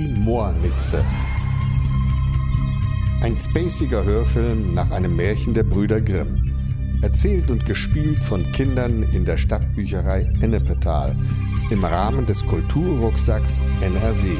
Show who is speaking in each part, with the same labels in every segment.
Speaker 1: Moormütze. Ein spaciger Hörfilm nach einem Märchen der Brüder Grimm. Erzählt und gespielt von Kindern in der Stadtbücherei Ennepetal im Rahmen des Kulturrucksacks NRW.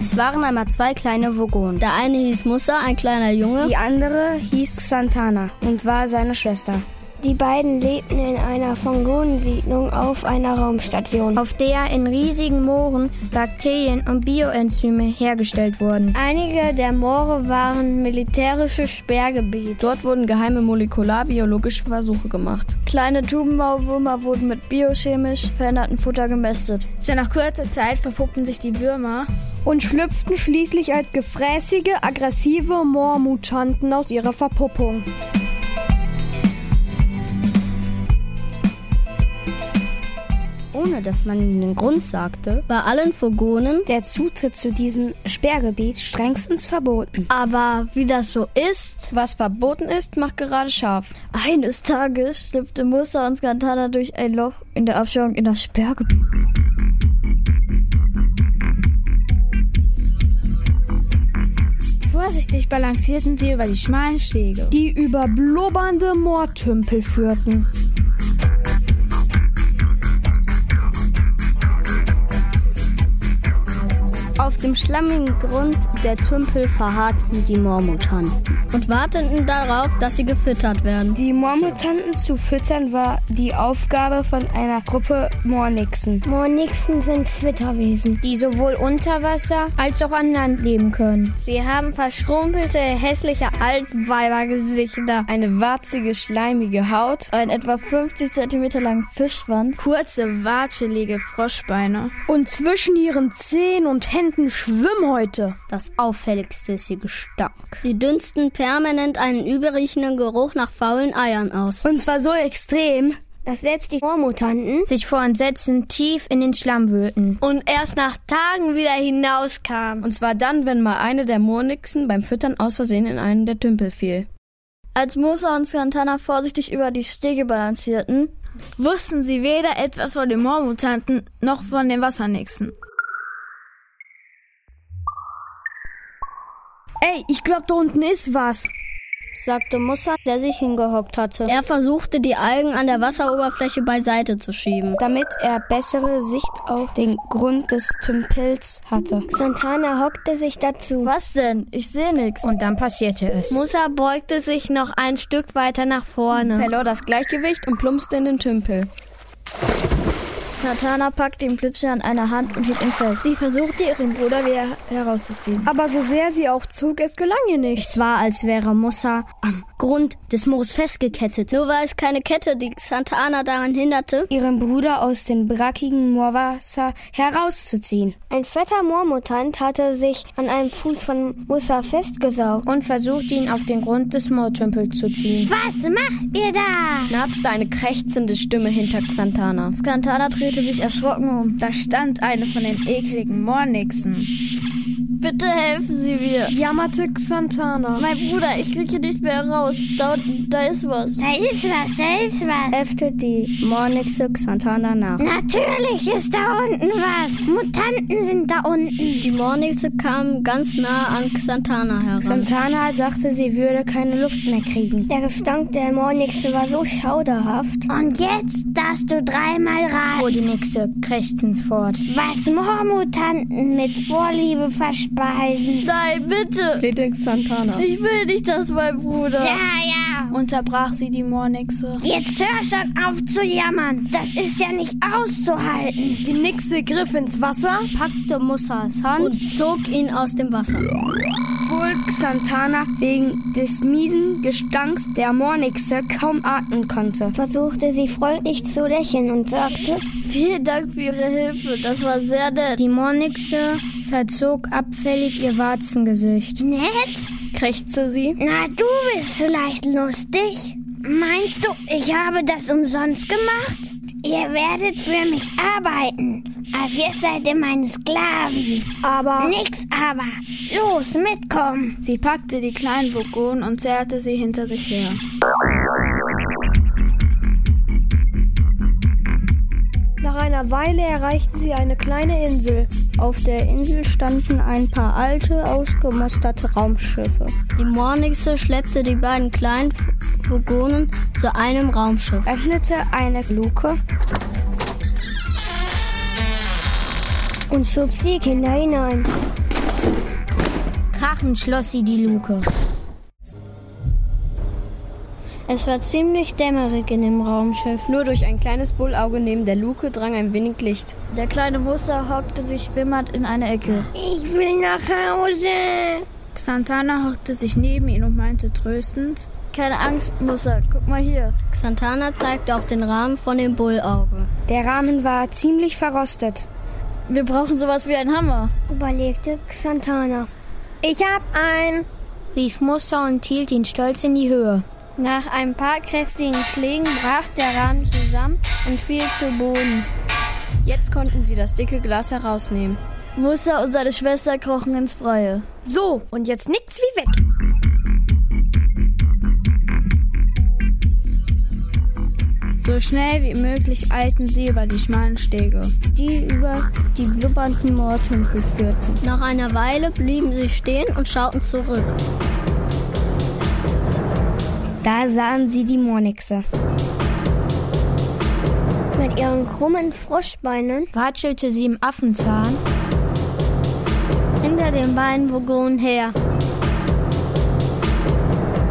Speaker 2: Es waren einmal zwei kleine Vogonen.
Speaker 3: Der eine hieß Musa, ein kleiner Junge.
Speaker 4: Die andere hieß Santana und war seine Schwester.
Speaker 5: Die beiden lebten in einer Vongonensiedlung auf einer Raumstation,
Speaker 6: auf der in riesigen Mooren Bakterien und Bioenzyme hergestellt wurden.
Speaker 7: Einige der Moore waren militärisches Sperrgebiet.
Speaker 3: Dort wurden geheime molekularbiologische Versuche gemacht.
Speaker 7: Kleine Tubenmaulwürmer wurden mit biochemisch verändertem Futter gemästet.
Speaker 8: Schon nach kurzer Zeit verpuppten sich die Würmer
Speaker 9: und schlüpften schließlich als gefräßige, aggressive Moormutanten aus ihrer Verpuppung.
Speaker 2: ohne dass man ihnen den Grund sagte,
Speaker 3: war allen Vogonen
Speaker 4: der Zutritt zu diesem Sperrgebiet strengstens verboten.
Speaker 7: Aber wie das so ist,
Speaker 3: was verboten ist, macht gerade scharf.
Speaker 7: Eines Tages schlüpfte Musa und Skantana durch ein Loch in der Abschirmung in das Sperrgebiet.
Speaker 8: Vorsichtig balancierten sie über die schmalen Stege,
Speaker 9: die über blubbernde Moortümpel führten.
Speaker 2: Auf dem schlammigen Grund der Tümpel verharrten die Moormutanten
Speaker 3: und warteten darauf, dass sie gefüttert werden.
Speaker 4: Die Moormutanten zu füttern war die Aufgabe von einer Gruppe Moornixen.
Speaker 5: Moornixen sind Zwitterwesen,
Speaker 6: die sowohl unter Wasser als auch an Land leben können.
Speaker 7: Sie haben verschrumpelte, hässliche Altweibergesichter,
Speaker 3: eine warzige, schleimige Haut, einen etwa 50 cm langen Fischschwanz,
Speaker 8: kurze, watschelige Froschbeine
Speaker 9: und zwischen ihren Zehen und Händen Schwimmhäute.
Speaker 2: Das auffälligste ist ihr Gestank.
Speaker 6: Sie dünsten permanent einen überriechenden Geruch nach faulen Eiern aus.
Speaker 4: Und zwar so extrem,
Speaker 5: dass selbst die Moormutanten
Speaker 6: sich vor Entsetzen tief in den Schlamm wühlten
Speaker 7: und erst nach Tagen wieder hinauskamen.
Speaker 3: Und zwar dann, wenn mal eine der Moornixen beim Füttern aus Versehen in einen der Tümpel fiel.
Speaker 7: Als Musa und Santana vorsichtig über die Stege balancierten,
Speaker 8: wussten sie weder etwas von den Moormutanten noch von den Wassernixen.
Speaker 9: Ey, ich glaube, da unten ist was,
Speaker 2: sagte Musa, der sich hingehockt hatte.
Speaker 6: Er versuchte, die Algen an der Wasseroberfläche beiseite zu schieben,
Speaker 4: damit er bessere Sicht auf den Grund des Tümpels hatte.
Speaker 5: Santana hockte sich dazu.
Speaker 7: Was denn? Ich sehe nichts.
Speaker 6: Und dann passierte es.
Speaker 7: Musa beugte sich noch ein Stück weiter nach vorne,
Speaker 3: verlor das Gleichgewicht und plumpste in den Tümpel.
Speaker 7: Satana packte den Blitzer an einer Hand und hielt ihn fest. Sie versuchte, ihren Bruder wieder herauszuziehen.
Speaker 9: Aber so sehr sie auch zog, es gelang ihr nicht.
Speaker 2: Es war, als wäre Musa am Grund des Moors festgekettet.
Speaker 6: Nur war es keine Kette, die Santana daran hinderte,
Speaker 4: ihren Bruder aus dem brackigen Moorwasser herauszuziehen.
Speaker 5: Ein fetter Moormutant hatte sich an einem Fuß von Musa festgesaugt
Speaker 6: und versuchte, ihn auf den Grund des Moortümpels zu ziehen.
Speaker 5: Was macht ihr da?
Speaker 3: schnauzte eine krächzende Stimme hinter Xantana.
Speaker 7: Xantana drehte sich erschrocken um.
Speaker 8: Da stand eine von den ekligen Moornixen.
Speaker 7: Bitte helfen Sie mir,
Speaker 9: jammerte Xantana.
Speaker 7: Mein Bruder, ich kriege hier nicht mehr raus. Da, da ist was.
Speaker 5: Da ist was, da ist was.
Speaker 2: Äffte die Mornixe Xantana nach.
Speaker 5: Natürlich ist da unten was. Mutanten sind da unten.
Speaker 6: Die Mornixe kamen ganz nah an Xantana heran.
Speaker 4: Xantana dachte, sie würde keine Luft mehr kriegen.
Speaker 5: Der Gestank der Mornixe war so schauderhaft. Und jetzt darfst du dreimal raten.
Speaker 6: Fuhr die Nixe krächzend fort.
Speaker 5: Was Moormutanten mit Vorliebe verstehen. Speisen.
Speaker 7: Nein, bitte!
Speaker 3: flehte Santana.
Speaker 7: Ich will nicht, dass mein Bruder.
Speaker 5: Ja,
Speaker 8: ja! unterbrach sie die Moornixe.
Speaker 5: Jetzt hör schon auf zu jammern. Das ist ja nicht auszuhalten.
Speaker 9: Die Nixe griff ins Wasser,
Speaker 2: packte Mussas Hand
Speaker 6: und zog ihn aus dem Wasser.
Speaker 4: Obwohl Xantana wegen des miesen Gestanks der Moornixe kaum atmen konnte,
Speaker 5: versuchte sie freundlich zu lächeln und sagte:
Speaker 7: Vielen Dank für Ihre Hilfe, das war sehr nett.
Speaker 6: Die Moornixe verzog abfällig ihr Warzengesicht.
Speaker 5: Nett?
Speaker 3: krächzte sie.
Speaker 5: Na, du bist vielleicht lustig. Meinst du, ich habe das umsonst gemacht? Ihr werdet für mich arbeiten. Ab jetzt seid ihr meine Sklaven.
Speaker 9: Aber
Speaker 5: Nix aber. Los, mitkommen.
Speaker 8: Sie packte die kleinen Vogonen und zerrte sie hinter sich her.
Speaker 9: nach einer Weile erreichten sie eine kleine Insel.
Speaker 2: Auf der Insel standen ein paar alte, ausgemusterte Raumschiffe.
Speaker 6: Die Mornixe schleppte die beiden kleinen Vogonen zu einem Raumschiff.
Speaker 4: öffnete eine Luke
Speaker 5: Und schob sie Kinder hinein.
Speaker 6: Krachend schloss sie die Luke.
Speaker 2: Es war ziemlich dämmerig in dem Raumschiff.
Speaker 10: Nur durch ein kleines Bullauge neben der Luke drang ein wenig Licht.
Speaker 7: Der kleine Muster hockte sich wimmernd in eine Ecke.
Speaker 5: Ich will nach Hause.
Speaker 8: Xantana hockte sich neben ihn und meinte tröstend,
Speaker 7: Keine Angst, Muster, guck mal hier.
Speaker 6: Xantana zeigte auf den Rahmen von dem Bullauge.
Speaker 4: Der Rahmen war ziemlich verrostet.
Speaker 7: Wir brauchen sowas wie einen Hammer.
Speaker 5: Überlegte Xantana.
Speaker 9: Ich hab ein.
Speaker 6: rief Muster und hielt ihn stolz in die Höhe.
Speaker 2: Nach ein paar kräftigen Schlägen brach der Rahmen zusammen und fiel zu Boden.
Speaker 10: Jetzt konnten sie das dicke Glas herausnehmen.
Speaker 7: Muster und seine Schwester krochen ins Freie.
Speaker 9: So, und jetzt nichts wie weg.
Speaker 8: so schnell wie möglich eilten sie über die schmalen Stege.
Speaker 2: Die über die blubbernden Moortümpel führten.
Speaker 6: Nach einer Weile blieben sie stehen und schauten zurück.
Speaker 4: Da sahen sie die Moornixe.
Speaker 5: Mit ihren krummen Froschbeinen
Speaker 6: Watschelte sie im Affenzahn hinter den beiden Vogonen her.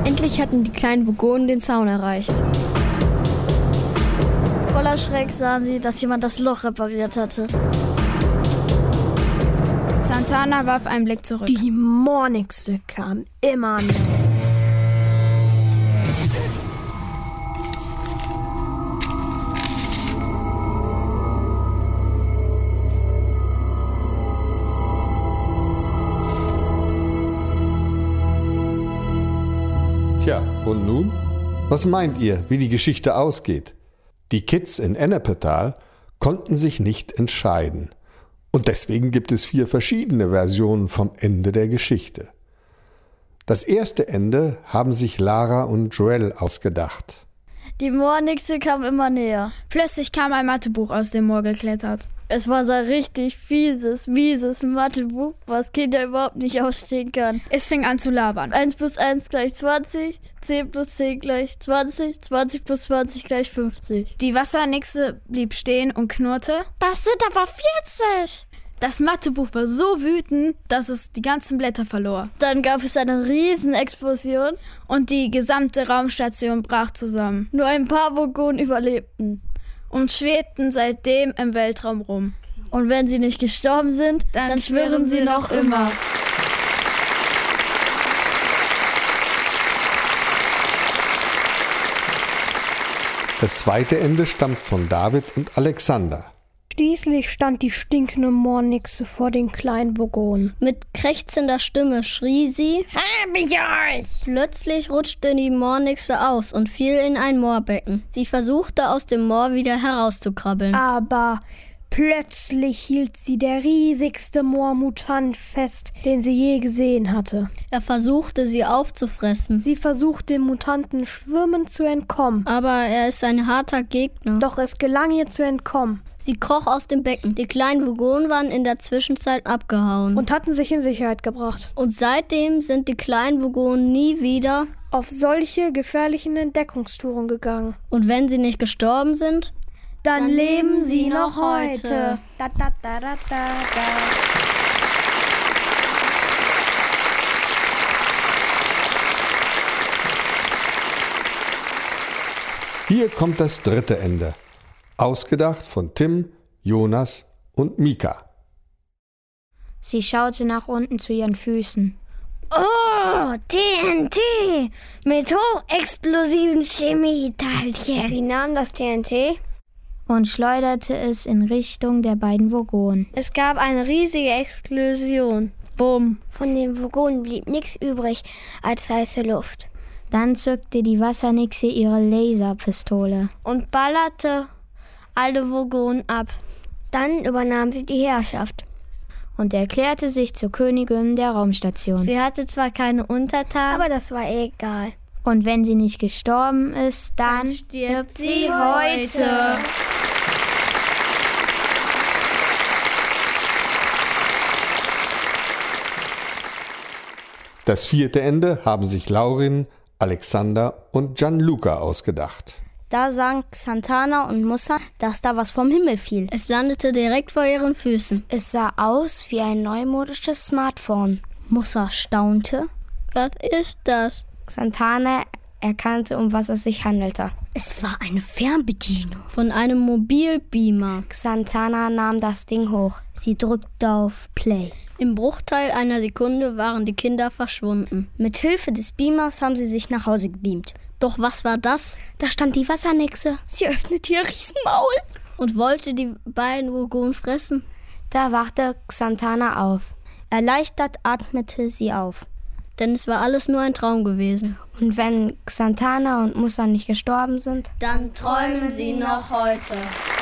Speaker 10: Endlich hatten die kleinen Vogonen den Zaun erreicht.
Speaker 7: Voller Schreck sahen sie, dass jemand das Loch repariert hatte.
Speaker 8: Santana warf einen Blick zurück.
Speaker 9: Die Mornixe kam immer näher.
Speaker 1: Tja, und nun? Was meint ihr, wie die Geschichte ausgeht? Die Kids in Ennepetal konnten sich nicht entscheiden. Und deswegen gibt es vier verschiedene Versionen vom Ende der Geschichte. Das erste Ende haben sich Lara und Joel ausgedacht.
Speaker 7: Die Moornixe kamen immer näher.
Speaker 8: Plötzlich kam ein Mathebuch aus dem Moor geklettert.
Speaker 7: Es war so ein richtig fieses, mieses Mathebuch, was Kinder überhaupt nicht ausstehen können.
Speaker 8: Es fing an zu labern.
Speaker 7: 1 plus 1 gleich 20, 10 plus 10 gleich 20, 20 plus 20 gleich 50.
Speaker 8: Die Wassernixe blieb stehen und knurrte.
Speaker 7: Das sind aber 40!
Speaker 8: Das Mathebuch war so wütend, dass es die ganzen Blätter verlor.
Speaker 7: Dann gab es eine Riesenexplosion.
Speaker 8: Und die gesamte Raumstation brach zusammen
Speaker 7: Nur ein paar Vogonen überlebten.
Speaker 8: und schwebten seitdem im Weltraum rum.
Speaker 7: Und wenn sie nicht gestorben sind, dann, schwirren sie noch immer.
Speaker 1: Das zweite Ende stammt von David und Alexander.
Speaker 9: Schließlich stand die stinkende Moornixe vor den kleinen Vogonen.
Speaker 6: Mit krächzender Stimme schrie sie:
Speaker 5: Hab ich euch!
Speaker 6: Plötzlich rutschte die Moornixe aus und fiel in ein Moorbecken. Sie versuchte, aus dem Moor wieder herauszukrabbeln.
Speaker 7: Ah.
Speaker 9: Aber plötzlich hielt sie der riesigste Moormutant fest, den sie je gesehen hatte.
Speaker 6: Er versuchte, sie aufzufressen.
Speaker 9: Sie versucht, dem Mutanten schwimmend zu entkommen.
Speaker 6: Aber er ist ein harter Gegner.
Speaker 9: Doch es gelang ihr zu entkommen
Speaker 6: Sie kroch aus dem Becken. Die kleinen Vogonen waren in der Zwischenzeit abgehauen.
Speaker 9: und hatten sich in Sicherheit gebracht.
Speaker 6: Und seitdem sind die kleinen Vogonen nie wieder,
Speaker 9: Auf solche gefährlichen Entdeckungstouren gegangen.
Speaker 6: und wenn sie nicht gestorben sind,
Speaker 9: Dann, leben sie
Speaker 6: noch heute.
Speaker 9: Da, da, da, da, da, da.
Speaker 1: Hier kommt das dritte Ende. Ausgedacht von Tim, Jonas und Mika.
Speaker 6: Sie schaute nach unten zu ihren Füßen.
Speaker 5: Oh, TNT! Mit hochexplosiven Chemieteilchen. Sie nahm das TNT.
Speaker 6: und schleuderte es in Richtung der beiden Vogonen.
Speaker 2: Es gab eine riesige Explosion. Bumm.
Speaker 5: Von den Vogonen blieb nichts übrig als heiße Luft.
Speaker 6: Dann zückte die Wassernixe ihre Laserpistole.
Speaker 2: Und ballerte alle Vogonen ab.
Speaker 11: Dann übernahm sie die Herrschaft und erklärte sich zur Königin der Raumstation.
Speaker 5: Sie hatte zwar keine Untertanen,
Speaker 11: aber das war egal.
Speaker 6: Und wenn sie nicht gestorben ist, dann, dann
Speaker 5: stirbt sie heute.
Speaker 1: Das vierte Ende haben sich Laurin, Alexander und Gianluca ausgedacht.
Speaker 2: Da sahen Santana und Musa, dass da was vom Himmel fiel.
Speaker 6: Es landete direkt vor ihren Füßen.
Speaker 11: Es sah aus wie ein neumodisches Smartphone.
Speaker 2: Musa staunte.
Speaker 6: Was ist das?
Speaker 11: Santana erkannte, um was es sich handelte.
Speaker 2: Es war eine Fernbedienung.
Speaker 6: Von einem Mobilbeamer.
Speaker 11: Santana nahm das Ding hoch.
Speaker 2: Sie drückte auf Play.
Speaker 6: Im Bruchteil einer Sekunde waren die Kinder verschwunden.
Speaker 2: Mit Hilfe des Beamers haben sie sich nach Hause gebeamt.
Speaker 6: Doch was war das?
Speaker 11: Da stand die Wassernixe.
Speaker 2: Sie öffnete ihr Riesenmaul.
Speaker 6: Und wollte die beiden Vogonen fressen.
Speaker 11: Da wachte Xantana auf.
Speaker 2: Erleichtert atmete sie auf.
Speaker 6: Denn es war alles nur ein Traum gewesen.
Speaker 11: Und wenn Xantana und Musa nicht gestorben sind,
Speaker 12: dann träumen sie noch heute.